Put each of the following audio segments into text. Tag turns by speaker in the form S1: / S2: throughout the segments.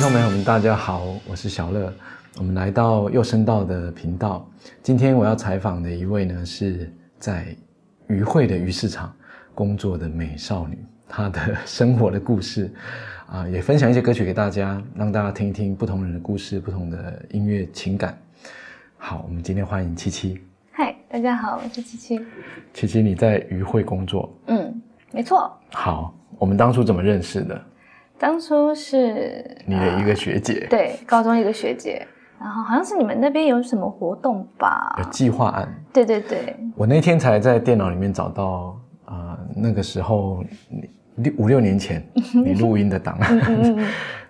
S1: 友们，大家好，我是小乐。我们来到幼生道的频道，今天我要采访的一位呢，是在渔会的鱼市场工作的美少女，她的生活的故事啊、也分享一些歌曲给大家，让大家听一听不同人的故事，不同的音乐情感。好，我们今天欢迎七七。
S2: 嗨，大家好，我是七七。
S1: 七七，你在渔会工作，
S2: 嗯，没错，
S1: 好，我们当初怎么认识的？
S2: 当初是呃
S1: 你的一个学姐，
S2: 对高中一个学姐，然后好像是你们那边有什么活动吧？
S1: 有计划案。
S2: 对对对，
S1: 我那天才在电脑里面找到啊、呃那个时候你六五六年前你录音的档，
S2: 嗯嗯嗯，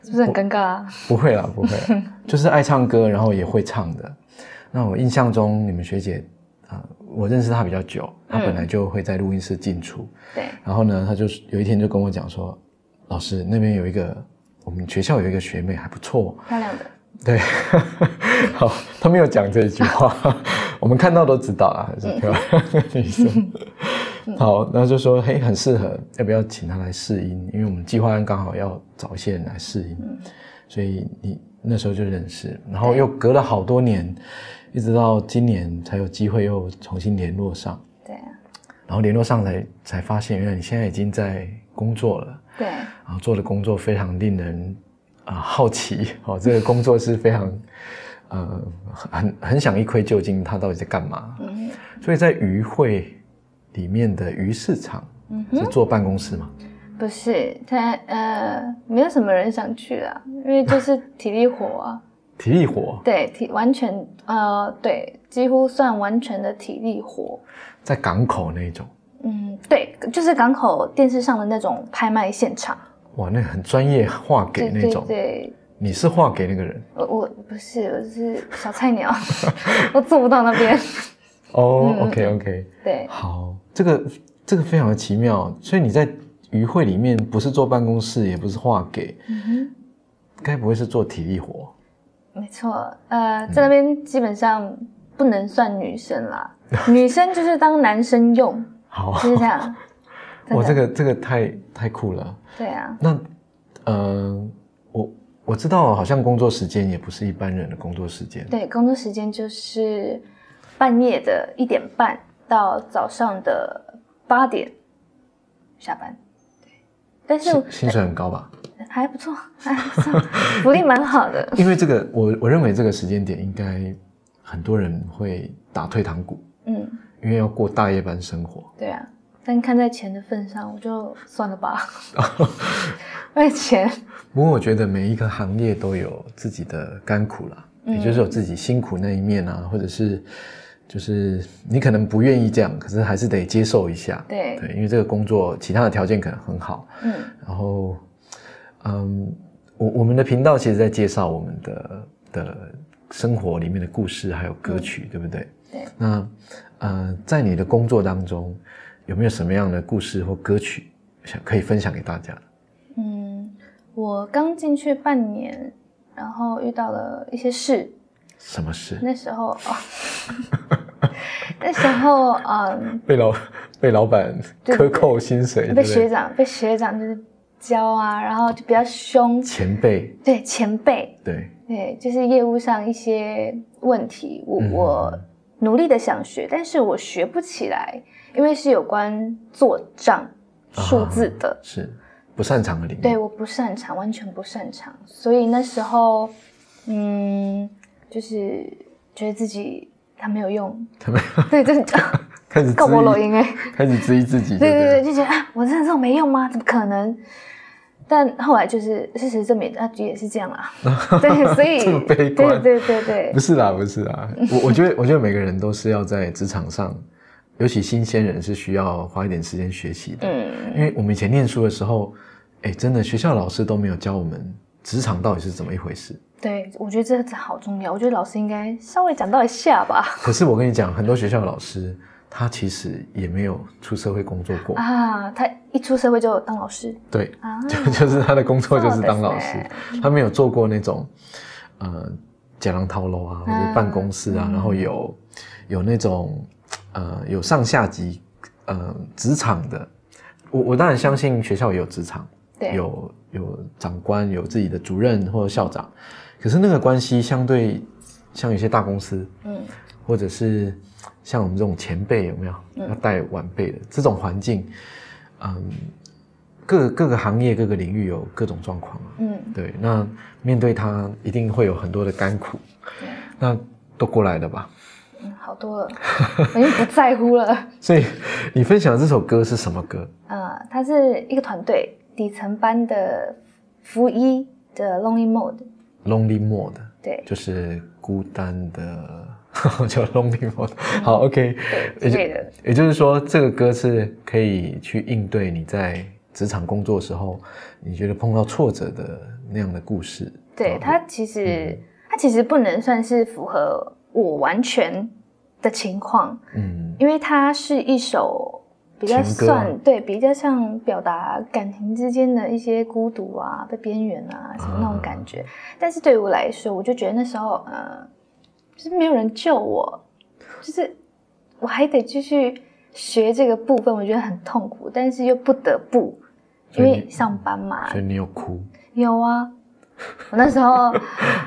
S2: 是不是很尴尬、啊？
S1: 不会啦，不会啦，就是爱唱歌，然后也会唱的。那我印象中，你们学姐啊、呃我认识她比较久，她本来就会在录音室进出。
S2: 对，
S1: 然后呢，她就是有一天就跟我讲说，老师那边有一个我们学校有一个学妹还不错，
S2: 漂亮的，
S1: 对， 好，他没有讲这一句话， 我们看到都知道啊，还 是漂亮女生。好，那就说嘿，很适合，要不要请她来试音？因为我们计划案刚好要找一些人来试音，所以你那时候就认识，然后又隔了好多年，一直到今年才有机会又重新联络上，
S2: 对啊
S1: 然后联络上才才发现，原来你现在已经在工作了。
S2: 对，
S1: 然啊后做的工作非常令人啊、好奇哦，这个工作是非常呃很很想一窥究竟，它到底在干嘛？
S2: 嗯
S1: 所以在渔会里面的鱼市场
S2: 嗯
S1: 是
S2: 哼，
S1: 做办公室吗？
S2: 不是他呃，没有什么人想去啊，因为就是体力活啊，
S1: 体力活
S2: 对体完全呃对，几乎算完全的体力活。
S1: 在港口那一种，
S2: 嗯，对，就是港口电视上的那种拍卖现场，
S1: 哇，那很专业画给
S2: 对
S1: 那
S2: 对
S1: 种，
S2: 对，
S1: 你是画给那个人
S2: 我我不是，我是小菜鸟， 我做不到那边。
S1: 哦、
S2: 嗯
S1: o k OK，
S2: 对，
S1: 好，这个这个非常的奇妙，所以你在渔会里面不是做办公室，也不是画给，
S2: 嗯
S1: 该不会是做体力活？
S2: 哼，没错。呃，在那边基本上不能算女生 啦，女生就是当男生用，
S1: 好，
S2: 就是这 样。
S1: 我这
S2: 真的
S1: 个这个太太酷了。
S2: 对啊，
S1: 那，呃，我我知道，好像工作时间也不是一般人的工作时间。
S2: 对，工作时间就是半夜的一点半到早上的八点下班。对，但是
S1: 薪薪水很高吧？
S2: 还不错，还不错，福利蛮好的。
S1: 因为这个，我我认为这个时间点应该很多人会打退堂鼓，
S2: 嗯，
S1: 因为要过大夜班生活。
S2: 对啊，但看在钱的份上，我就算了吧。 为了钱，
S1: 不过我觉得每一个行业都有自己的甘苦啦，也就是有
S2: 嗯
S1: 自己辛苦那一面啊，或者是就是你可能不愿意这样，可是还是得接受一下。
S2: 对，
S1: 对，因为这个工作其他的条件可能很好，
S2: 嗯，
S1: 然后，嗯，我我们的频道其实在介绍我们的的生活里面的故事，还有歌曲，对不对？
S2: 对。
S1: 那呃，在你的工作当中，有没有什么样的故事或歌曲想可以分享给大家？
S2: 嗯，我刚进去半年，然后遇到了一些事。
S1: 什么事？
S2: 那时候，哦、 那时候，嗯，
S1: 被老 被老板
S2: 对对
S1: 克扣薪水，
S2: 被
S1: 对不
S2: 学
S1: 对？
S2: 长被学长就是教啊，然后就比较凶，
S1: 前辈，
S2: 对前辈，
S1: 对，
S2: 对，就是业务上一些问题，我、
S1: 嗯
S2: 我努力的想学，但是我学不起来，因为是有关做账
S1: 啊
S2: 数字的，
S1: 是不擅长的领域。
S2: 对，我不擅长，完全不擅长，所以那时候，嗯，就是觉得自己他没有用，
S1: 他们
S2: 对， 真的
S1: 开始质
S2: 够我录
S1: 疑，
S2: 音哎，
S1: 开始质疑自己，
S2: 对
S1: 不
S2: 对对，就觉得啊，我真的这么没用吗？怎么可能？但后来就是事实证明，啊，也是这样啦。 对，所以
S1: 这么悲观
S2: 对对对对
S1: 不，是啦，不是啦，我我觉得，我觉得每个人都是要在职场上，尤其新鲜人是需要花一点时间学习的。
S2: 嗯。
S1: 因为我们以前念书的时候，哎，真的学校老师都没有教我们职场到底是怎么一回事。
S2: 对，我觉得这个好重要。我觉得老师应该稍微讲到一下吧。
S1: 可是我跟你讲，很多学校老师他其实也没有出社会工作过，
S2: 啊，他一出社会就当老师
S1: 对，
S2: 啊，
S1: 就 就是他的工作就是当老
S2: そう
S1: 师
S2: で，
S1: 他没有做过那种，呃，假郎套楼啊，或者是办公室啊，
S2: 嗯
S1: 然后有有那种呃有上下级呃职场的，我我当然相信学校也有职场，
S2: 对
S1: 有有长官，有自己的主任或者校长，可是那个关系相对像有些大公司，
S2: 嗯
S1: 或者是像我们这种前辈有没有要带晚辈的这种环境，嗯，各各个行业各个领域有各种状况啊
S2: 嗯，
S1: 对，那面对它一定会有很多的甘苦，
S2: 对，
S1: 那都过来了吧？
S2: 嗯，好多了，我已经不在乎了。
S1: 所以你分享的这首歌是什么歌？
S2: 呃，它是一个团队底层班的服一的 Lonely Mode，
S1: Lonely Mode，
S2: 对
S1: 就是孤单的， 叫 Lonely Mode。好，OK，
S2: 对之类的，
S1: 也就是说，这个歌是可以去应对你在职场工作的时候，你觉得碰到挫折的那样的故事。
S2: 对，它其
S1: 嗯
S2: 实它其实不能算是符合我完全的情况，
S1: 嗯，
S2: 因为它是一首比较
S1: 情歌
S2: 算对比较像表达感情之间的一些孤独啊、被边缘啊什么那种感觉。但是对我来说，我就觉得那时候呃，就是没有人救我，就是我还得继续学这个部分，我觉得很痛苦，但是又不得不，因
S1: 所以你
S2: 为上班嘛
S1: 所，以你有哭，
S2: 有啊。我 那时候，我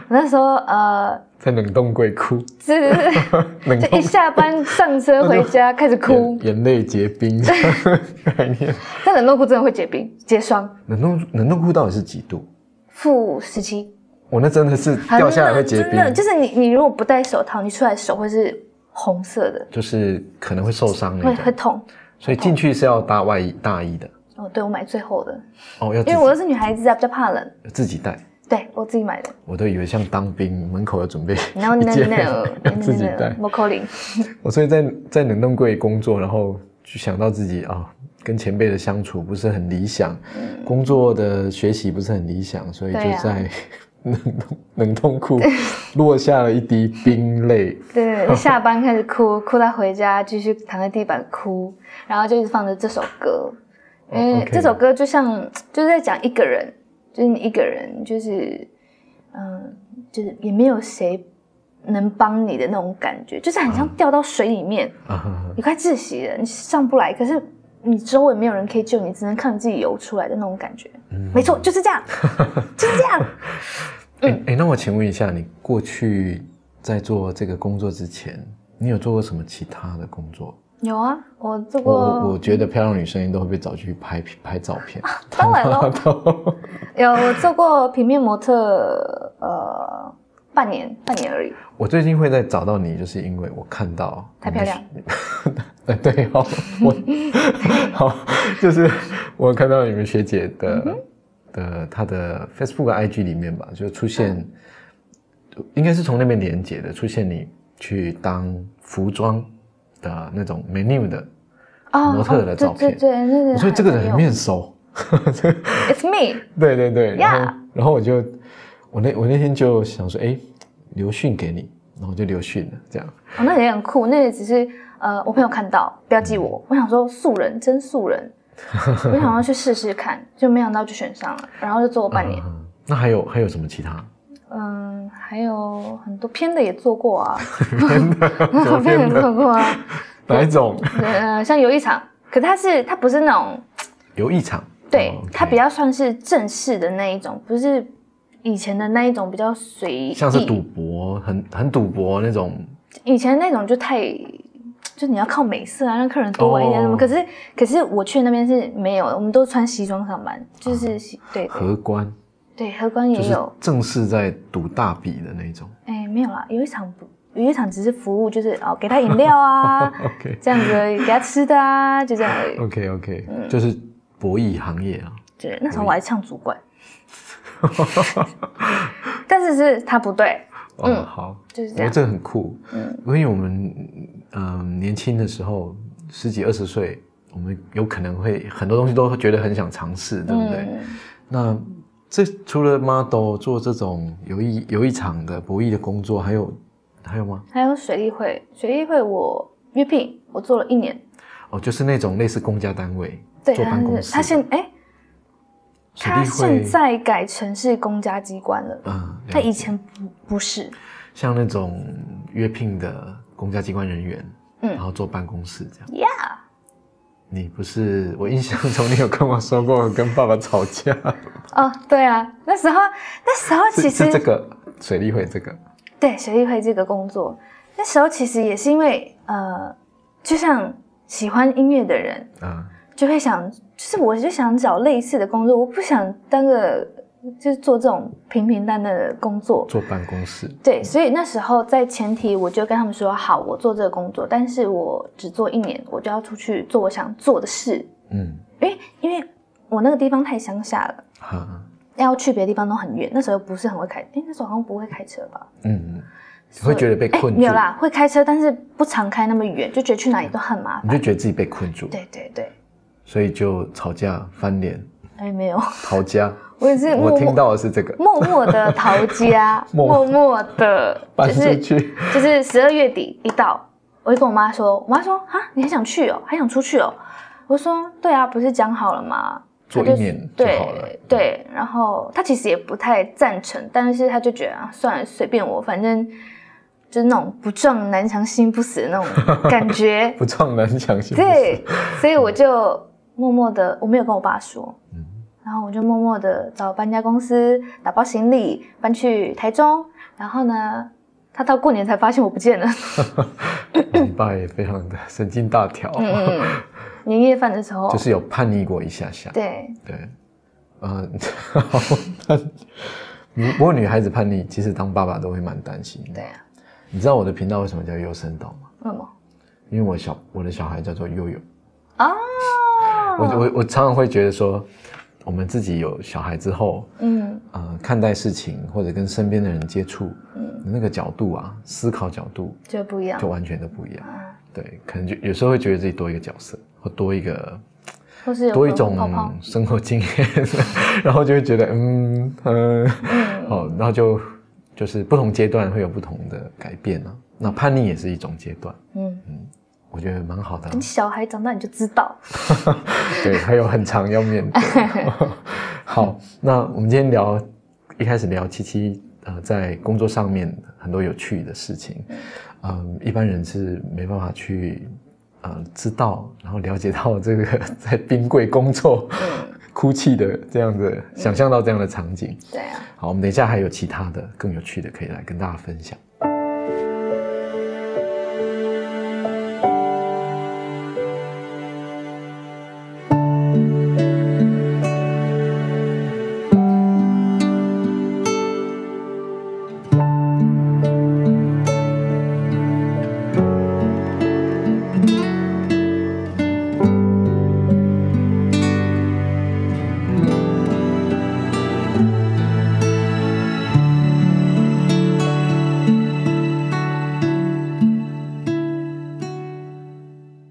S2: 那时候呃，
S1: 在冷冻柜哭，
S2: 是是是，
S1: 冷
S2: 就一
S1: 冻
S2: 下班上车回 家开始哭
S1: 眼，眼泪结冰概 念。
S2: 但冷冻库真的会结冰、结霜，
S1: 冷冻冷冻库到底是几度？
S2: 负十七，
S1: 我那真的是
S2: 很
S1: 掉下来会
S2: 冷
S1: 结
S2: 真
S1: 冰，
S2: 的就是你你如果不戴手套，你出来手会是红色的，
S1: 就是可能会受伤
S2: 会
S1: 那种。
S2: 会痛。
S1: 所以进去是要搭外衣大衣的
S2: 哦，对我买最厚的，
S1: 哦，要自
S2: 因为我又是女孩子啊，比较怕冷，
S1: 己自己带。
S2: 对我自己买的。
S1: 我都以为像当兵门口要准备
S2: 然后
S1: 一
S2: no
S1: 件
S2: no
S1: 要 自己
S2: no
S1: 带。
S2: 莫扣零，
S1: 我所以在在冷冻柜工作，然后就想到自己啊，跟前辈的相处不是很理想，工作的学习不是很理想，所以就
S2: 嗯对啊
S1: 在 冷冻冷冻库落下了一滴冰 泪。
S2: 对，下班开始哭， 哭到回家继续躺在地板哭，然后就一直放着这首歌，因为
S1: 哦 OK
S2: 这首歌就像就是在讲一个人，就是你一个人，就是嗯，就是也没有谁能帮你的那种感觉，就是很像
S1: 嗯
S2: 掉到水里面，
S1: 啊哈哈
S2: 你快窒息了，你上不来，可是你周围没有人可以救你，只能靠你自己游出来的那种感觉。
S1: 嗯
S2: 没错，就是这样，就是这 样。
S1: 哎、
S2: 嗯
S1: 哎那我请问一下，你过去在做这个工作之前，你有做过什么其他的工作？
S2: 有啊，我做
S1: 我
S2: 过，
S1: 我我觉得
S2: 嗯
S1: 漂亮女生都会被找去拍拍照片，
S2: 当然咯
S1: 都
S2: 有我做过平面模特，呃，半年，半年而已。
S1: 我最近会再找到你，就是因为我看到
S2: 太漂亮
S1: 你们。 呃，对，好，我好，就是我看到你们学姐
S2: 嗯
S1: 的、的她的 Facebook、IG 里面吧，就出现，应该是从那边连接的，出现你去当服装的那种 menu 的，
S2: 哦
S1: 模特的照片
S2: 对对对，那个
S1: 我说这个人很
S2: 面
S1: 面熟，
S2: ，It's me，
S1: 对对对，然后
S2: Yeah
S1: 然后我就我那我那天就想说，哎，留讯给你，然后我就留讯了，这样。
S2: 哦，那也很酷，那也只是呃，我朋友看到标记我，我想说素人真素人， 我想要去试试看，就没想到就选上了，然后就做了半年。
S1: 嗯那还有还有什么其他？
S2: 嗯，还有很多偏的也做过 啊，
S1: 么
S2: 偏
S1: 偏
S2: 的
S1: 的
S2: 做过啊，
S1: 哪一种？
S2: 呃，像游艺场，可它是它不是那种，
S1: 游艺场。
S2: 对
S1: 哦，OK
S2: 它比较算是正式的那一种，不是以前的那一种比较随意，
S1: 像是赌博，很很赌博那种。
S2: 以前那种就太，就你要靠美色啊，让客人多玩一点什么。
S1: 哦
S2: 可是可是我去那边是没有的，我们都穿西装上班，就是西、对对
S1: 荷官
S2: 对，荷官也
S1: 就是
S2: 有，
S1: 正式在赌大笔的那种。，
S2: 哎、没有啦，有一场不。有一场只是服务，就是哦，给他饮料啊
S1: OK
S2: 这样子而已，给他吃的啊，就这样而已。
S1: OK OK，、就是
S2: 嗯
S1: 博弈行业啊。
S2: 对，那时候我还唱主 管，但是是他不对，
S1: 哦，好，
S2: 就是
S1: 我
S2: 嗯这
S1: 觉得
S2: 样。
S1: 这个很酷。因为我们嗯、年轻的时候，十几二十岁，我们有可能会很多东西都会觉得很想尝试，对不对？
S2: 嗯，
S1: 那这除了 model 做这种游艺游艺场的博弈的工作，还有还有吗？
S2: 还有水利会，水利会我约聘，我做了一年，
S1: 哦，就是那种类似公家单位
S2: 对，
S1: 做
S2: 他
S1: 办公
S2: 是
S1: 室的，
S2: 他现哎，
S1: 水
S2: 他
S1: 利
S2: 现
S1: 会，
S2: 在改成是公家机关了，
S1: 嗯，
S2: 他
S1: 了
S2: 以前不不是，
S1: 像那种约聘的公家机关人员，
S2: 嗯
S1: 然后做办公室这样。
S2: 呀，
S1: 你不是我印象中你有跟我说过跟爸爸吵架，
S2: 哦，对啊，那时候那时候
S1: 是
S2: 其实
S1: 是这个水利会这个，
S2: 对学艺会这个工作，那时候其实也是因为呃，就像喜欢音乐的人，
S1: 嗯
S2: 就会想，就是我就想找类似的工作，我不想当个就是做这种平平淡淡的工作。
S1: 坐办公室，
S2: 对，所以那时候在前提，我就跟他们说，好，我做这个工作，但是我只做一年，我就要出去做我想做的事，
S1: 嗯，
S2: 因为因为我那个地方太乡下了，
S1: 哈，
S2: 要去别的地方都很远，那时候不是很会开，哎，那时候好像不会开车吧？
S1: 嗯，嗯会觉得被
S2: 哎
S1: 困住
S2: 没，有啦，会开车，但是不常开那么远，就觉得去哪里都很麻
S1: 你
S2: 烦。
S1: 就觉得自己被困住，
S2: 对对对，
S1: 所以就吵架、翻脸、
S2: 哎，没有，
S1: 逃 家。
S2: 我也是默
S1: 我
S2: 默
S1: 听到的是这个，
S2: 默默 的逃家，
S1: 默
S2: 默默的，
S1: 搬
S2: 就
S1: 出
S2: 是
S1: 去，
S2: 就是十二月底一到，我就跟我妈说，我妈说啊，你还想去哦，还想出去哦？我说对啊，不是讲好了吗？
S1: 做
S2: 她就
S1: 一年就
S2: 对
S1: 好了。
S2: 对，然后她其实也不太赞成，但是她就觉得啊，算了，随便我，反正就是那种不撞南墙心不死的那种感觉。
S1: 不撞南墙心不死。
S2: 对，所以我就默默的，我没有跟我爸说，
S1: 嗯
S2: 然后我就默默的找搬家公司打包行李搬去台中，然后呢，他到过年才发现我不 见了，
S1: 哦你爸也非常的神经大条，啊
S2: 嗯嗯嗯，年夜饭的时候，
S1: 就是有叛逆过一下下。
S2: 对，
S1: 对，嗯， 不过女孩子叛逆，其实当爸爸都会蛮担心的。
S2: 对啊，
S1: 你知道我的频道为什么叫优生岛吗？
S2: 为什么？
S1: 因为我小我的小孩叫做悠悠，
S2: 哦，
S1: 我我我常常会觉得说，我们自己有小孩之后，
S2: 嗯
S1: 呃，看待事情或者跟身边的人接触，
S2: 嗯，
S1: 那个角度啊，思考角度
S2: 就不一样
S1: 就，完全都不一样。
S2: 啊，
S1: 对，可能就有时候会觉得自己多一个角色，或多一个
S2: 或是有
S1: 多一
S2: 粉
S1: 种
S2: 红泡泡，
S1: 生活经验， 然后就会觉得嗯嗯，
S2: 嗯，
S1: 哦，然后就就是不同阶段会有不同的改变啊。那叛逆也是一种阶段，
S2: 嗯，
S1: 我觉得蛮好的啊、
S2: 等小孩长大你就知道，
S1: 对，还有很长要面 对。好，那我们今天聊一开始聊七七呃在工作上面很多有趣的事情，嗯、一般人是没办法去呃知道，然后了解到这个在冰柜工作
S2: 嗯，
S1: 哭泣的这样的，想象到这样的场景。
S2: 对啊，
S1: 好，我们等一下还有其他的更有趣的可以来跟大家分享。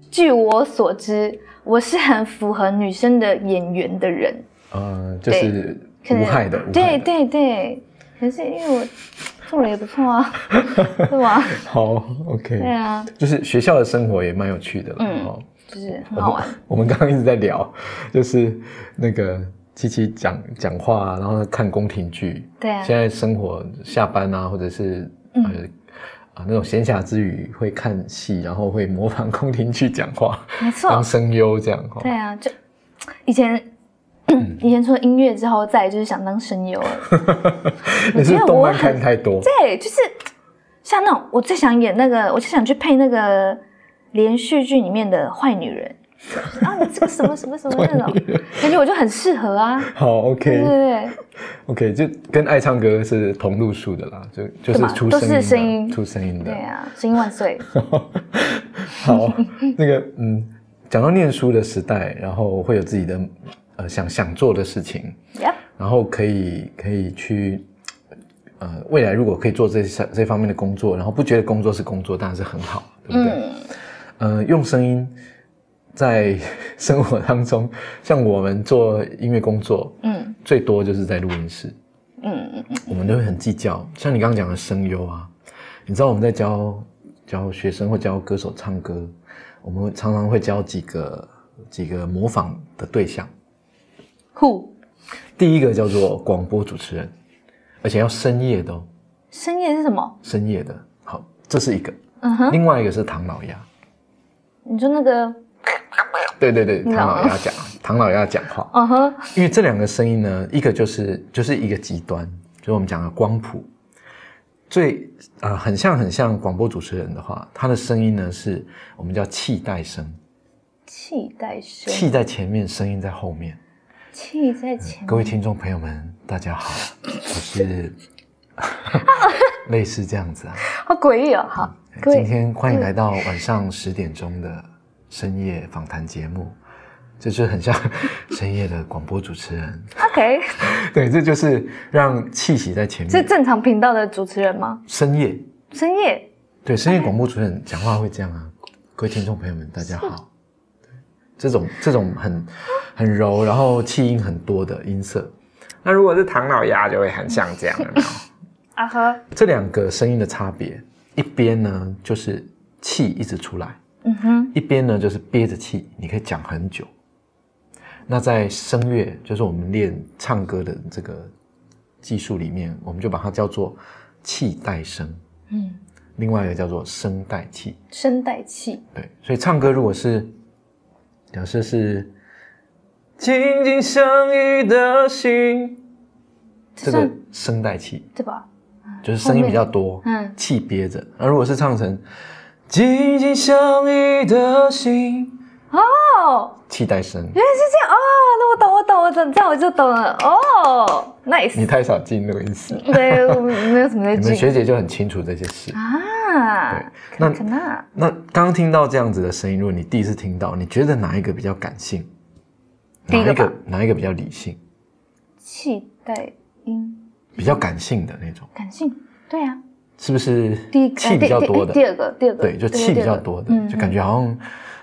S2: 据我所知，我是很符合女生的眼缘的人，
S1: 呃，就是
S2: 可能
S1: 无害的，无害
S2: 对
S1: 的。
S2: 对对，可是因为我做人也不错啊，是吧？
S1: 好，OK。
S2: 对啊，
S1: 就是学校的生活也蛮有趣的啦。
S2: 嗯
S1: 哦，
S2: 就是很好玩。
S1: 我们刚刚一直在聊，就是那个七七讲讲话，啊然后看宫廷剧。
S2: 对啊
S1: 现，在生活下班啊，或者是
S2: 嗯
S1: 呃、啊那种闲暇之余会看戏，然后会模仿 宫廷剧讲话，
S2: 没
S1: 当
S2: 错，
S1: 声优这样哈。
S2: 对啊，就以前。
S1: 嗯
S2: 以前除了音乐之后，再来就是想当声优了。
S1: 你是
S2: 觉得
S1: 动
S2: 我
S1: 漫看
S2: 很
S1: 太多，
S2: 对，就是像那种我最想演那个，我就想去配那个连续剧里面的坏女人。啊，你这个什么什么什么那种，感觉我就很适合啊。
S1: 好
S2: 对对
S1: ，OK
S2: 对，
S1: OK，就跟爱唱歌是同路数的啦，就就
S2: 对
S1: 是
S2: 嘛
S1: 出
S2: 都
S1: 声
S2: 是
S1: 音的，
S2: 声音
S1: 出声音的
S2: 对。啊，声音 万岁。
S1: 好， 那个嗯，讲到念书的时代，然后会有自己的呃想想做的事情，
S2: Yep，
S1: 然后可以可以去呃未来如果可以做这些这方面的工作，然后不觉得工作是工作，当然是很好，对不对？
S2: 嗯，
S1: 呃，用声音在生活当中，像我们做音乐工作，
S2: 嗯
S1: 最多就是在录音室，
S2: 嗯嗯
S1: 我们都会很计较。像你刚刚讲的声优啊，你知道我们在教教学生或教歌手唱歌，我们常常会教几个几个模仿的对象。
S2: ，Who？
S1: 第一个叫做广播主持人，而且要深夜的哦，
S2: 深夜是什么？
S1: 深夜的。好，这是一个。
S2: 嗯哼，
S1: 另外一个是唐老鸭，
S2: 你说那个
S1: 对对对，
S2: 你
S1: 唐
S2: 知道吗
S1: 老鸭讲，唐老鸭讲话，
S2: 嗯哼，
S1: 因为这两个声音呢，一个就是就是一个极端，就是我们讲的光谱，最啊、呃很像很像广播主持人的话，他的声音呢是我们叫气带声，
S2: 气在身，
S1: 气在前面，声音在后面。
S2: 气在前
S1: 各
S2: 面，
S1: 位听众朋友们，大家好，我 是类似这样子啊。
S2: 好诡异哦。好，
S1: 嗯
S2: 各
S1: 今
S2: 位，
S1: 天欢迎来到晚上十点钟的深夜访谈节目，这就是很像深夜的广播主持人。
S2: OK，
S1: 对，这就是让气息在前
S2: 是
S1: 面。
S2: 正常频道的主持人吗？
S1: 深夜，
S2: 深夜
S1: 对，深夜广播主持人讲话会这样啊。各位听众朋友们，大家好。对这种这种很很柔，然后气音很多的音色，那如果是唐老鸭就会很像这样。有没有
S2: 啊呵，
S1: 这两个声音的差别，一边呢就是气一直出来，
S2: 嗯哼，
S1: 一边呢就是憋着气，你可以讲很久。那在声乐，就是我们练唱歌的这个技术里面，我们就把它叫做气带声，
S2: 嗯，
S1: 另外一个叫做声带气。
S2: 声带气，
S1: 对，所以唱歌如果是，假设是紧紧相依的心，这
S2: 这
S1: 个
S2: 算
S1: 声带气，
S2: 对吧？
S1: 就是声音比较多，
S2: 后面嗯
S1: 气憋着。那如果是唱成紧紧相依的心，
S2: 哦，
S1: 气带声。
S2: 原来是这样哦，那我懂，我懂，我懂，这样我就懂了哦
S1: 你
S2: ，nice。
S1: 太少进那个意思，
S2: 对，我没有什么在
S1: 你们学
S2: 记
S1: 姐就很清楚这些事。
S2: 啊
S1: 对，
S2: 可
S1: 那
S2: 可那
S1: 那刚刚听到这样子的声音，如果你第一次听到，你觉得哪一个比较感性？
S2: 第一
S1: 哪
S2: 个
S1: 一
S2: 吧
S1: 个哪一个比较理性？
S2: 气带音
S1: 比较感性的那种，
S2: 感性，对啊，
S1: 是不是
S2: 第一个
S1: 气比较多的？
S2: 第二个，第二个，嗯
S1: 对，就气比较多的，就感
S2: 觉
S1: 觉好像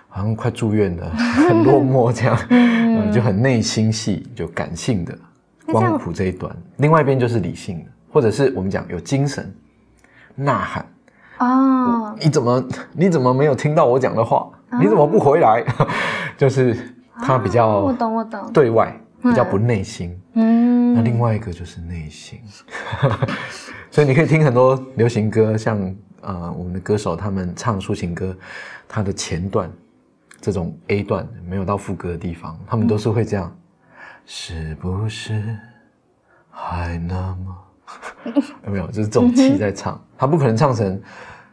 S1: 好像快住院了， 很落寞这样， 嗯，就很内心戏，就感性的
S2: 那这样
S1: 光谱这一端，另外一边就是理性的，或者是我们讲有精神呐喊，
S2: 啊，
S1: 你怎么你怎么没有听到我讲的话？你怎么不回来？ 就是他比
S2: 哦我
S1: 较
S2: 懂，我懂，
S1: 对外，比较不内心。
S2: 嗯，
S1: 那另外一个就是内心， 所以你可以听很多流行歌，像呃我们的歌手他们唱抒情歌，它的前段这种 A 段没有到副歌的地方，他们都是会这样，是不是还那么 有没有？就是这种气在唱，他不可能唱成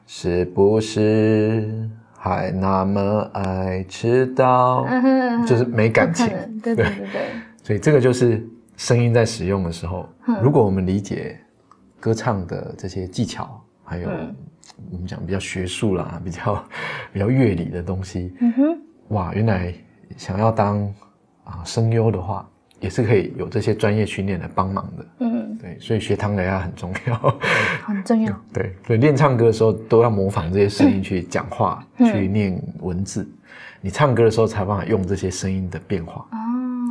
S1: 是不是还那么爱迟到，
S2: 嗯哼
S1: 就是没感
S2: 不可
S1: 情
S2: 能，对对对对，
S1: 所以这个就是声音在使用的时候，
S2: 嗯
S1: 如果我们理解歌唱的这些技巧，还有
S2: 嗯
S1: 我们讲比较学术啦、 比较比较乐理的东西，
S2: 嗯哼，
S1: 哇，原来想要当啊声优的话，也是可以有这些专业训练来帮忙的。
S2: 嗯，
S1: 对，所以学唐人亚很重要。
S2: 很重要，
S1: 对，所以练唱歌的时候都要模仿这些声音去讲话、
S2: 嗯
S1: 去念文字。你唱歌的时候才有办法用这些声音的变化。
S2: 哦，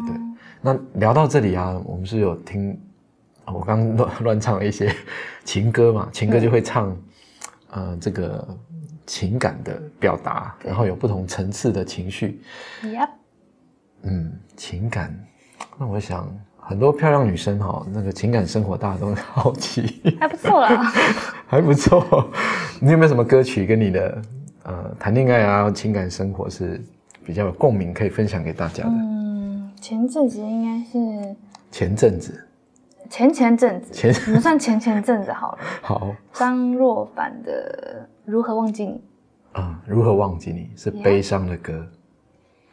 S1: 对那聊到这里啊，我们是有听，啊我刚刚乱乱唱了一些情歌
S2: 嗯
S1: 嘛，情歌就会唱，呃，这个情感的表达，
S2: 对
S1: 然后有不同层次的情绪，
S2: ，Yep，
S1: 嗯，情感，那我想很多漂亮女生哈、那个情感生活大家都很好奇，
S2: 还不错啦，
S1: 还不错。你有没有什么歌曲跟你的呃谈恋爱啊情感生活是比较有共鸣，可以分享给大家的？
S2: 嗯，前阵子应该是
S1: 前阵子，
S2: 前前阵子，
S1: 前
S2: 我们算前前阵子好了，
S1: 好。
S2: 张若凡的《如何忘记你》
S1: 啊、如何忘记你是
S2: Yeah
S1: 悲伤的歌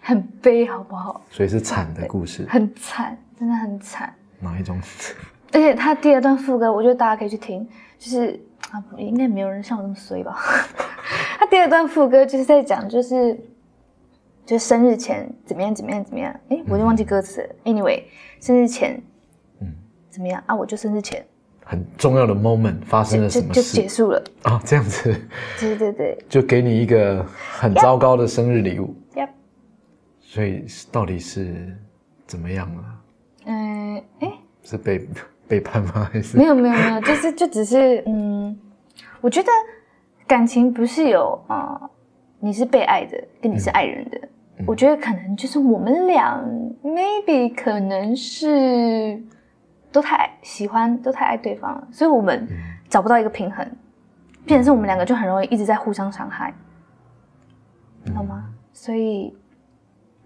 S2: 很悲，好不好？
S1: 所以是惨的故事，
S2: 很惨，真的很惨。
S1: 哪一种？
S2: 而且他第二段副歌，我觉得大家可以去听，就是啊，应该没有人像我这么衰吧。 他第二段副歌就是在讲，就是就生日前怎么样怎么样怎么样，诶，我就忘记歌词了。Anyway，生日前，
S1: 嗯
S2: 怎么样啊？我就生日前
S1: 很重要的 moment 发生
S2: 就
S1: 了
S2: 就
S1: 什么
S2: 就结
S1: 事
S2: 束了。
S1: 啊、这样子
S2: 对对对
S1: 就给你一个很糟糕的生日礼物，
S2: ，Yep，
S1: 所以到底是怎么样啊？
S2: 嗯，诶。
S1: 是被背叛吗？还是
S2: 没有没有没有，就是就只是嗯，我觉得感情不是有啊、呃你是被爱的，跟你是爱人的。我觉得可能就是我们俩，maybe 可能是都太爱喜欢，都太爱对方了，所以我们
S1: 嗯
S2: 找不到一个平衡，变成是我们两个就很容易一直在互相伤害，懂吗？所以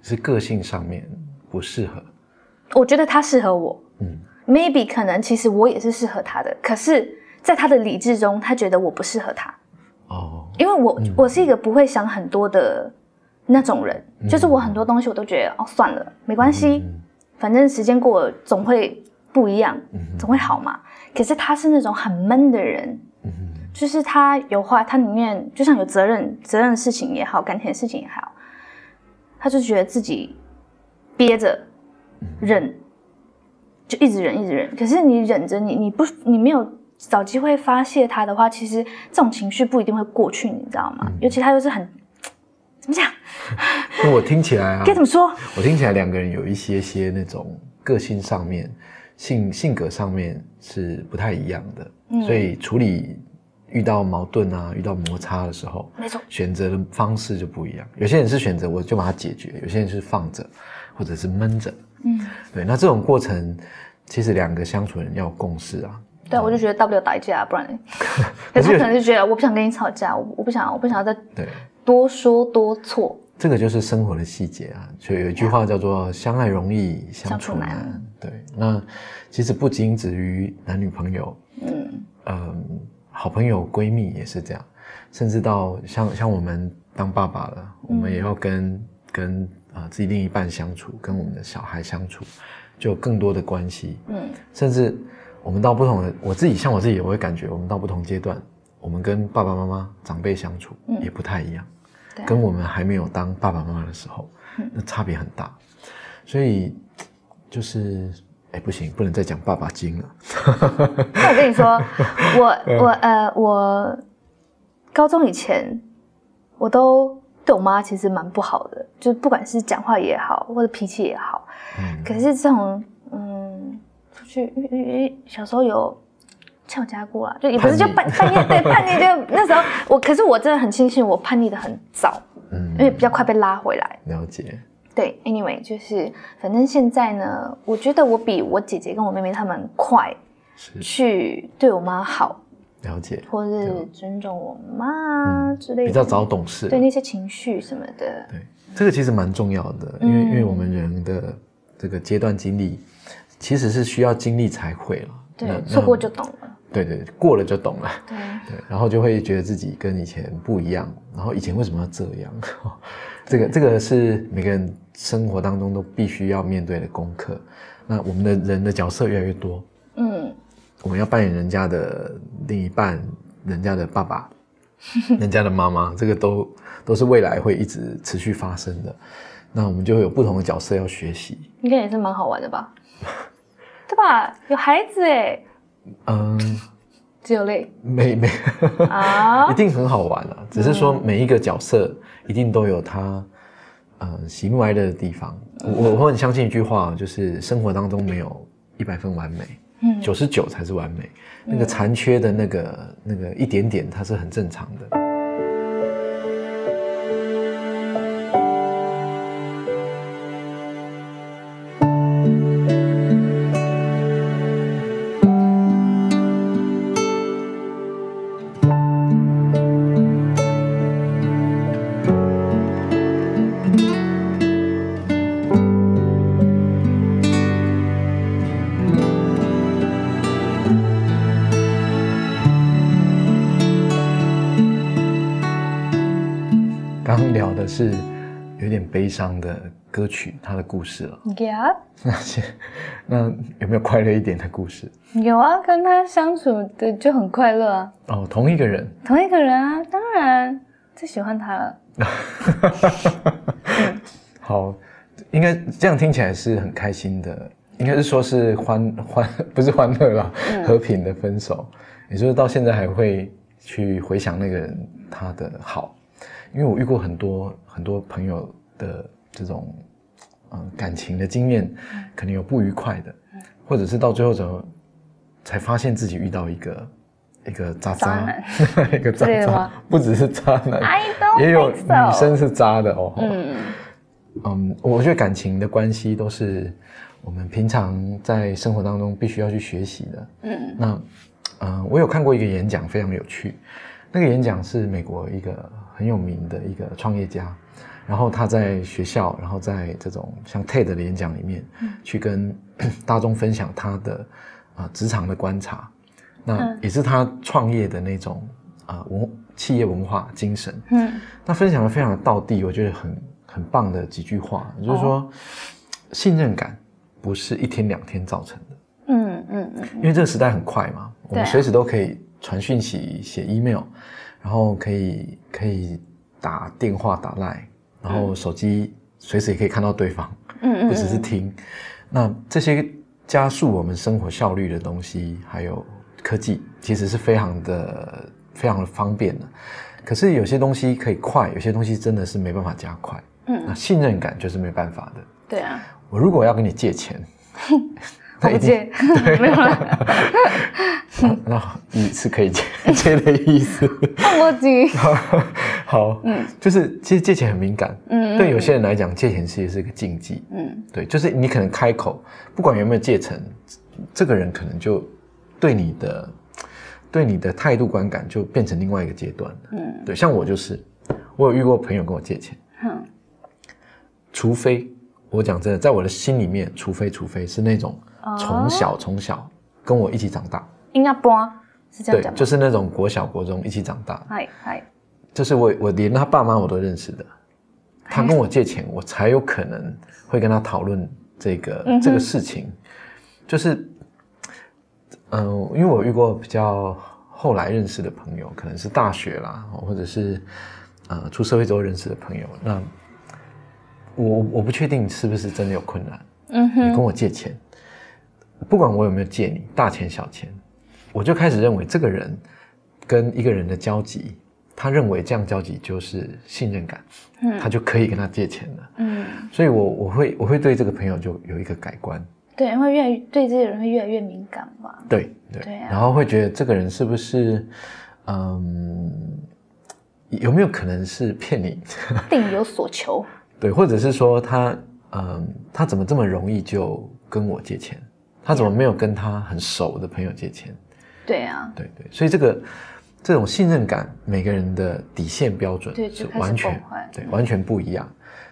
S1: 是个性上面不适合。
S2: 我觉得他适合我
S1: 嗯，
S2: ，maybe 可能其实我也是适合他的，可是，在他的理智中，他觉得我不适合他，
S1: 哦，
S2: 因为我、我是一个不会想很多的那种人，就是我很多东西我都觉得哦算了，没关系，
S1: 嗯
S2: 反正时间过了总会不一样，总会好嘛。可是他是那种很闷的人，
S1: 嗯哼
S2: 就是他有话，他宁愿就像有责任、责任的事情也好，感情的事情也好，他就觉得自己憋着忍，就一直忍，一直忍。可是你忍着你，你不你没有找机会发泄他的话，其实这种情绪不一定会过去，你知道吗？尤其他又是很怎么讲，
S1: 那我听起来啊
S2: 该，怎么说？
S1: 我听起来两个人有一些些那种个性上面、性性格上面是不太一样的，所以处理遇到矛盾啊、遇到摩擦的时候，
S2: 没错，
S1: 选择的方式就不一样。有些人是选择我就把它解决，有些人是放着，或者是闷着。
S2: 嗯，
S1: 对，那这种过程，其实两个相处人要有共识啊。
S2: 对啊，我就觉得大不了打一架，不然呢，可是他可能就觉得我不想跟你吵架，我我不想，我不想要再
S1: 对，
S2: 多说多错。
S1: 这个就是生活的细节啊。所以有一句话叫做“相爱容易，相处
S2: 相处
S1: 难
S2: 难”。
S1: 对，那其实不仅止于男女朋友，
S2: 嗯，
S1: 嗯，好朋友、闺蜜也是这样，甚至到像像我们当爸爸了，我们也要跟、跟啊、呃自己另一半相处，跟我们的小孩相处，就有更多的关系。
S2: 嗯，
S1: 甚至我们到不同的，我自己像我自己，我会感觉我们到不同阶段，我们跟爸爸妈妈、长辈相处也不太一样，
S2: 对啊
S1: 跟我们还没有当爸爸妈妈的时候，那差别很大。所以就是，哎，不行，不能再讲爸爸经了。
S2: 那我跟你说，
S1: 嗯
S2: 我我呃我高中以前，我都对我妈其实蛮不好的，就是不管是讲话也好，或者脾气也好。
S1: 嗯
S2: 可是这种嗯，出去因为因为小时候有呛我家过啦，啊就也不是就
S1: 叛
S2: 半半夜对叛逆就那时候我，可是我真的很庆幸我叛逆的很早，
S1: 嗯
S2: 因，为比较快被拉回来。
S1: 了解。
S2: 对，anyway，就是反正现在呢，我觉得我比我姐姐跟我妹妹她们快
S1: 是
S2: 去对我妈好，
S1: 了解，
S2: 或是尊重我妈之类的，
S1: 嗯比较早嗯懂事。
S2: 对那些情绪什么的，
S1: 对这个其实蛮重要的，因为、
S2: 嗯
S1: 因为我们人的这个阶段经历，其实是需要经历才会了。那
S2: 对，
S1: 那
S2: 错过就懂了，
S1: 对对，过了就懂了。
S2: 对，
S1: 对，然后就会觉得自己跟以前不一样，然后以前为什么要这样？ 这个这个是每个人生活当中都必须要面对的功课。那我们的人的角色越来越多，
S2: 嗯，
S1: 我们要扮演人家的另一半、人家的爸爸、 人家的妈妈，这个都都是未来会一直持续发生的。那我们就会有不同的角色要学习。
S2: 应该也是蛮好玩的吧， 对吧？有孩子哎，
S1: 嗯，
S2: 只有泪
S1: 每 每
S2: 啊
S1: 一，定很好玩啊，只是说每一个角色一定都有他呃喜怒哀乐的地方。我我很相信一句话，就是生活当中没有一百分完美，
S2: 嗯
S1: 九十九才是完美，那个残缺的那个那个一点点，它是很正常的。刚刚聊的是有点悲伤的歌曲，它的故事了。
S2: ，yeah。
S1: 那些那有没有快乐一点的故事？
S2: 有啊，跟他相处的就很快乐啊，
S1: 哦，同一个人，
S2: 同一个人啊，当然最喜欢他了。
S1: 好，应该这样听起来是很开心的，应该是说是欢 欢不是欢乐啦，
S2: 嗯
S1: 和平的分手。也就是到现在还会去回想那个人他的好，因为我遇过很多很多朋友的这种嗯、感情的经验，
S2: 嗯
S1: 可能有不愉快的，或者是到最后怎么才发现自己遇到一个。一个渣
S2: 渣
S1: 渣
S2: 男，
S1: 一个渣
S2: 之类的
S1: 渣
S2: 吗，
S1: 不只是渣男
S2: I don't
S1: 也有
S2: think so
S1: 女生是渣的哦。
S2: 嗯，
S1: 嗯，我觉得感情的关系都是我们平常在生活当中必须要去学习的。
S2: 嗯，
S1: 那，呃，我有看过一个演讲，非常有趣。那个演讲是美国一个很有名的一个创业家，然后他在学校，然后在这种像 TED 的演讲里面，
S2: 嗯
S1: 去跟 大众分享他的啊、呃职场的观察，那
S2: 嗯
S1: 也是他创业的那种啊、呃文企业文化精神。
S2: 嗯
S1: 他分享的非常的到地，我觉得很很棒的几句话，也就是
S2: 哦
S1: 说，信任感不是一天两天造成的，
S2: 嗯嗯嗯
S1: 因为这个时代很快嘛，我们
S2: 对啊
S1: 随时都可以传讯息、写 email，然后可以可以打电话、打 line，然后手机随时也可以看到对方，
S2: 嗯，
S1: 不只是听。那这些加速我们生活效率的东西，还有科技，其实是非常的非常的方便的。可是有些东西可以快，有些东西真的是没办法加快。那
S2: 嗯，
S1: 信任感就是没办法的。
S2: 对啊，
S1: 我如果要跟你借钱，
S2: 我不借， 没有啦，嗯
S1: 那那你是可以借借的意思。
S2: 放过自己，
S1: 好，
S2: 嗯
S1: 就是其实借钱很敏感，
S2: 嗯，
S1: 对有些人来讲，借钱其实是个禁忌。
S2: 嗯
S1: 对，就是你可能开口，不管有没有戒成，这个人可能就对你的对你的态度观感就变成另外一个阶段了。
S2: 嗯
S1: 对，像我就是，我有遇过朋友跟我借钱，
S2: 哼
S1: 除非我讲真的，在我的心里面，除非除非是那种
S2: 哦
S1: 从小从小跟我一起长大，
S2: 应该搬是这样
S1: 对
S2: 讲，吗？
S1: 就是那种国小国中一起长大，
S2: 嗨嗨，
S1: 就是我我连他爸妈我都认识的，
S2: 哎
S1: 他跟我借钱，我才有可能会跟他讨论这个、
S2: 嗯哼
S1: 这个事情，就是，嗯、因为我遇过比较后来认识的朋友，可能是大学啦，或者是呃出社会之后认识的朋友，那我我不确定是不是真的有困难，
S2: 嗯
S1: 你跟
S2: 哼，
S1: 我借钱，不管我有没有借你大钱小钱，我就开始认为这个人跟一个人的交集，他认为这样交集就是信任感，他
S2: 嗯
S1: 就可以跟他借钱了。
S2: 嗯，
S1: 所以我我会我会对这个朋友就有一个改观，
S2: 对，会越来越对这些人会越来越敏感吧？
S1: 对对，
S2: 对啊
S1: 然后会觉得这个人是不是，嗯，有没有可能是骗你？
S2: 定有所求，
S1: 对，或者是说他，嗯，他怎么这么容易就跟我借钱？他怎么没有跟他很熟的朋友借钱？
S2: 对啊，
S1: 对对，所以这个这种信任感，每个人的底线标准
S2: 对
S1: 是
S2: 就开始
S1: 完全
S2: 崩坏
S1: 对
S2: 嗯
S1: 完全不一样。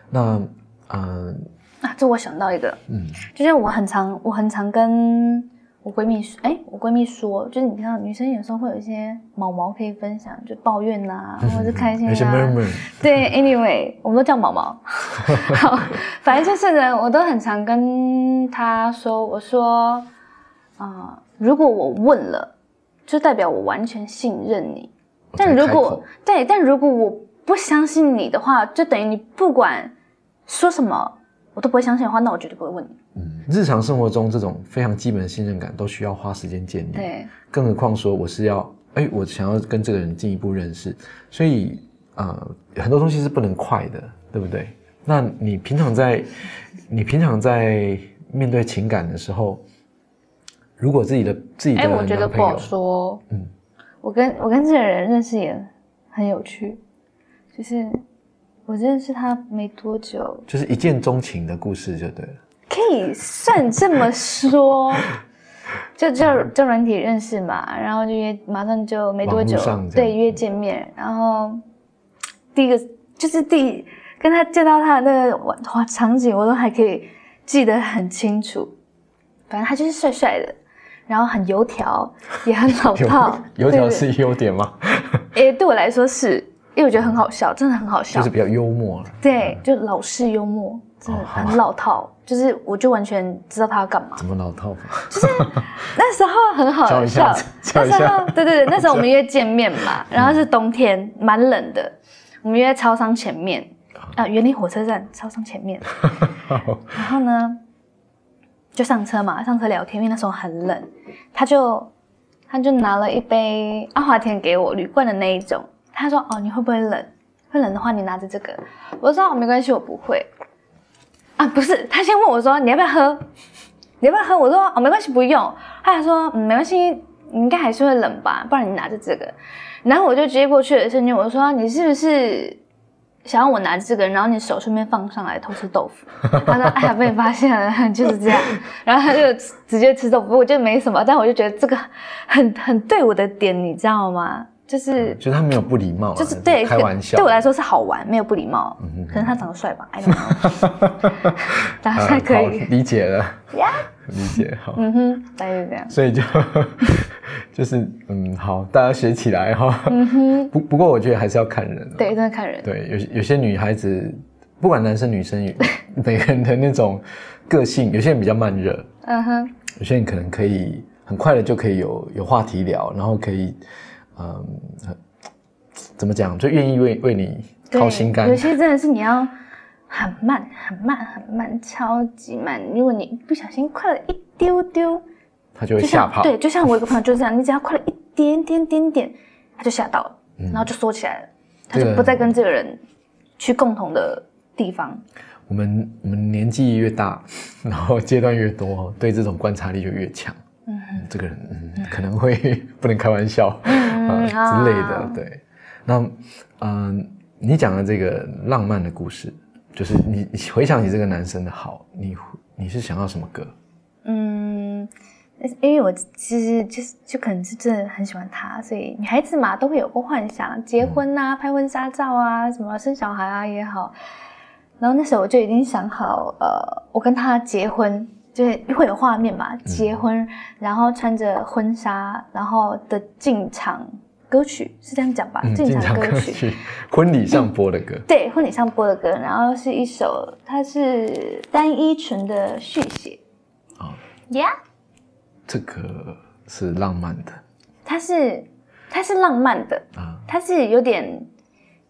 S1: 那嗯
S2: 啊，这我想到一个，
S1: 嗯
S2: 就是我很常，我很常跟我闺蜜说，哎，我闺蜜说，就是你知道，女生有时候会有一些毛毛可以分享，就抱怨呐、或者是开 心
S1: 嗯有些
S2: 啊。
S1: murmur，
S2: 对，anyway，我们都叫 毛毛。好，反正就是呢，我都很常跟她说，我说，啊、如果我问了，就代表我完全信任你。
S1: 我才
S2: 但如
S1: 开
S2: 果
S1: 口
S2: 对，但如果我不相信你的话，就等于你不管说什么，我都不会相信的话，那我绝对不会问你。
S1: 嗯，日常生活中这种非常基本的信任感都需要花时间建立，
S2: 对，
S1: 更何况说我是要哎，我想要跟这个人进一步认识，所以呃很多东西是不能快的，对不对？那你平常在你平常在面对情感的时候，如果自己的自己的
S2: 哎，我觉得
S1: 男
S2: 不
S1: 朋
S2: 好
S1: 友。
S2: 说。
S1: 嗯，
S2: 我跟我跟这个人认识也很有趣，就是我认识他没多久，
S1: 就是一见钟情的故事就对了。
S2: 可以算这么说。就
S1: 嗯
S2: 就就软体认识嘛，然后就约，马上就没多久
S1: 网络上，这样
S2: 对，约见面，然后第一个就是第跟他见到他的那个晚哇场景，我都还可以记得很清楚。反正他就是帅帅的，然后很油条，也很老套。
S1: 油
S2: 对
S1: 条
S2: 对
S1: 是优点 吗？
S2: 诶，对我来说是，因为我觉得很好笑，真的很好笑。
S1: 就是比哦较幽默啊了。
S2: 对，就老式幽默，真的
S1: 好
S2: 很老套。就是我就完全知道他要干嘛。
S1: 怎么老套法？
S2: 那时候很
S1: 笑
S2: 好
S1: 一下
S2: 笑，
S1: 笑
S2: 那
S1: 一
S2: 时
S1: 下
S2: 候对对对，那时候我们约见面嘛，然后是冬天，蛮冷
S1: 嗯
S2: 的，我们约在超商前面
S1: 哦
S2: 啊，园林火车站超商 前面。然后呢，就上车嘛，上车聊天，因为那时候很冷，他就他就拿了一杯阿华田给我，铝罐的那一种。他说：“哦，你会不会冷？会冷的话，你拿着这个。”我说：“哦，没关系，我不会。”啊，不是，他先问我说：“你要不要喝？你要不要喝？”我说：“哦，没关系，不用。”他还说：“嗯，没关系，你应该还是会冷吧，不然你拿着这个。”然后我就直接过去了，瞬间我说：“你是不是想要我拿着这个，然后你手顺便放上来偷吃豆腐？”他说：“哎呀，被你发现了， 就是这样。”然后他就直接吃豆腐，我觉得没什么，但我就觉得这个很很对我的点，你知道吗？就是
S1: 就他没有不礼貌啊，
S2: 就是对
S1: 开玩笑，
S2: 对我来说是好玩，没有不礼貌。
S1: 嗯
S2: 可能他长得帅吧，I don't know，大
S1: 啊
S2: 家可
S1: 好
S2: 以，
S1: 理解了，
S2: 呀，
S1: 理解 好，
S2: 嗯哼，大概就这样，
S1: 所以就 就是嗯，好，大家学起来哈。
S2: 嗯哼，
S1: 不不过我觉得还是要看人啊，
S2: 对，真的看人，
S1: 对，有些有些女孩子，不管男生女 生，有每个人的那种个性，有些人比较慢热，
S2: 嗯哼，
S1: 有些人可能可以很快的就可以有有话题聊，然后可以，嗯，很怎么讲，就愿意为为你
S2: 对
S1: 掏心肝
S2: 有。些真的是你要很慢、很慢、很慢，超级慢。如果你不小心快了一丢丢，
S1: 他就会
S2: 就
S1: 吓
S2: 像
S1: 跑。
S2: 对，就像我一个朋友就是这样，你只要快了一点点点点，他就吓到了，
S1: 嗯
S2: 然后就缩起来了，他
S1: 这
S2: 就
S1: 个
S2: 不再跟这个人去共同的地方。
S1: 我们我们年纪越大， 然后阶段越多，对这种观察力就越强。
S2: 嗯
S1: 嗯，这个人、嗯、可能会 不能开玩笑、啊之类的
S2: 嗯啊。
S1: 对，那嗯、你讲的这个浪漫的故事，就是你你回想起这个男生的好，你你是想要什么歌？
S2: 嗯，因为我其实就是就可能是真的很喜欢他，所以女孩子嘛都会有过幻想，结婚呐、拍婚纱照啊，什么生小孩啊也好。然后那时候我就已经想好，呃，我跟他结婚，就是会有画面嘛，结婚，然后穿着婚纱，然后的进场歌曲是这样讲吧？嗯
S1: 嗯
S2: 进
S1: 经常
S2: 场啊歌
S1: 歌
S2: 曲。
S1: 曲，婚礼上播的歌。
S2: 对，婚礼上播的歌，然后是一首，它是单依纯的续写。哦
S1: 啊
S2: Yeah。
S1: 这个是浪漫的
S2: 它是它是浪漫的，
S1: 啊，
S2: 它是有点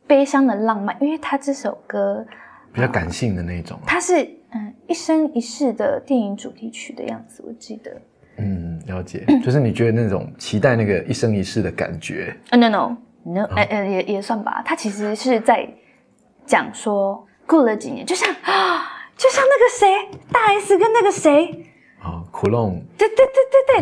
S2: 悲伤的浪漫，因为它这首歌，
S1: 比较感性的那种。啊
S2: 它是嗯一生一世的电影主题曲的样子，我记得。
S1: 嗯，了解，就是你觉得那种期待那个一生一世的感觉。
S2: 呃 no no no，哎、呃也也算吧，它其实是在讲说过了几年，就像啊。就像那个谁，大 S 跟那个谁，
S1: 啊，苦弄
S2: 对对对对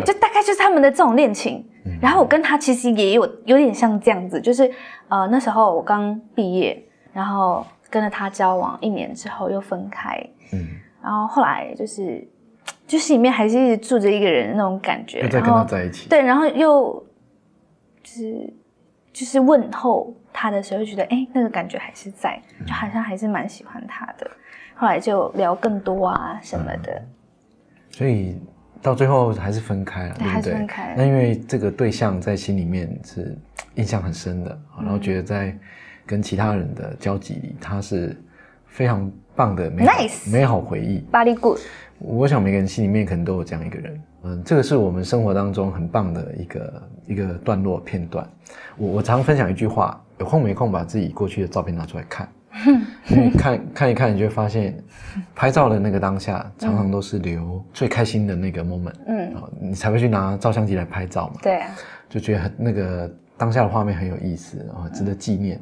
S1: 嗯
S2: 对，就大概就是他们的这种恋情。然后我跟他其实也有有点像这样子，就是呃那时候我刚毕业，然后跟着他交往一年之后又分开，
S1: 嗯，
S2: 然后后来就是就心里面还是一直住着一个人的那种感觉，
S1: 又再
S2: 然
S1: 跟他
S2: 后
S1: 在一起，
S2: 对，然后又就是就是问候他的时候，觉得哎那个感觉还是在，
S1: 嗯
S2: 就好像还是蛮喜欢他的。后来就聊更多啊什么
S1: 嗯
S2: 的，
S1: 所以到最后还是分开了，
S2: 对
S1: 对
S2: 还
S1: 不
S2: 是
S1: 对
S2: 分？开
S1: 那因为这个对象在心里面是印象很深的，啊
S2: 嗯
S1: 然后觉得在跟其他人的交集里，他是非常棒的美好
S2: Nice
S1: 美好回忆。
S2: body good，
S1: 我想每个人心里面可能都有这样一个人，嗯，这个是我们生活当中很棒的一个一个段落片段。我我常分享一句话：有空没空把自己过去的照片拿出来看，因为看看一看，你就会发现，拍照的那个当下，常常都是留最开心的那个 moment，
S2: 嗯，
S1: 啊，你才会去拿照相机来拍照嘛，
S2: 对啊。
S1: 就觉得很那个当下的画面很有意思，啊，值得纪念。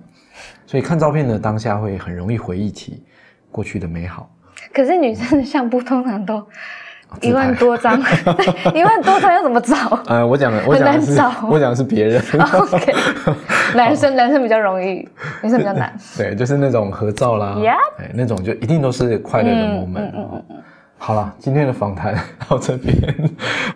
S1: 所以看照片的当下会很容易回忆起过去的美好。
S2: 可是女生的相簿通常都
S1: 自拍
S2: 一万 多张，对一万多张要怎么找
S1: 呃，我讲的，我
S2: 很
S1: 讲的
S2: 难
S1: 是
S2: 找，哦
S1: 我讲的是别人。
S2: ？OK，男生男生比较容易，女生比较难。
S1: 对，就是那种合照啦
S2: Yeah
S1: 哎，那种就一定都是快乐的
S2: 嗯
S1: moment。好啊了，今天的访谈 到这边，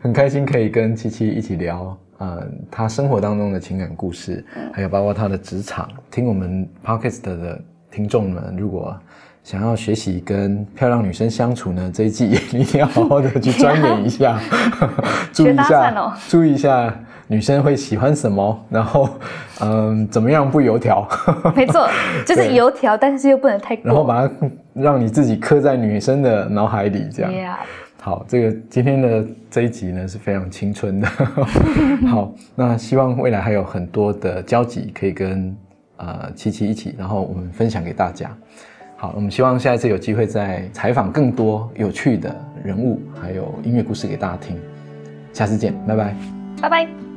S1: 很开心可以跟七七一起聊，呃，她生活当中的情感故事，
S2: 嗯
S1: 还有包括她的职场。听我们 podcast 的听众们，如果想要学习跟漂亮女生相处呢，这一季 也一定要好好的 去钻研一下， 注意一
S2: 学搭讪
S1: 下，
S2: 哦
S1: 注意一下女生会喜欢什么，然后嗯，怎么样不油条。
S2: 没错，就是油条，但是又不能太啊
S1: 然后
S2: 过。
S1: 把它让你自己刻在女生的脑海里，嗯这样。
S2: Yeah，
S1: 好，这个今天的这一集呢是非常青春的。好，那希望未来还有很多的交集可以跟呃七七一起，然后我们分享给大家。好，我们希望下一次有机会再采访更多有趣的人物，还有音乐故事给大家听。下次见，拜拜。
S2: 拜拜。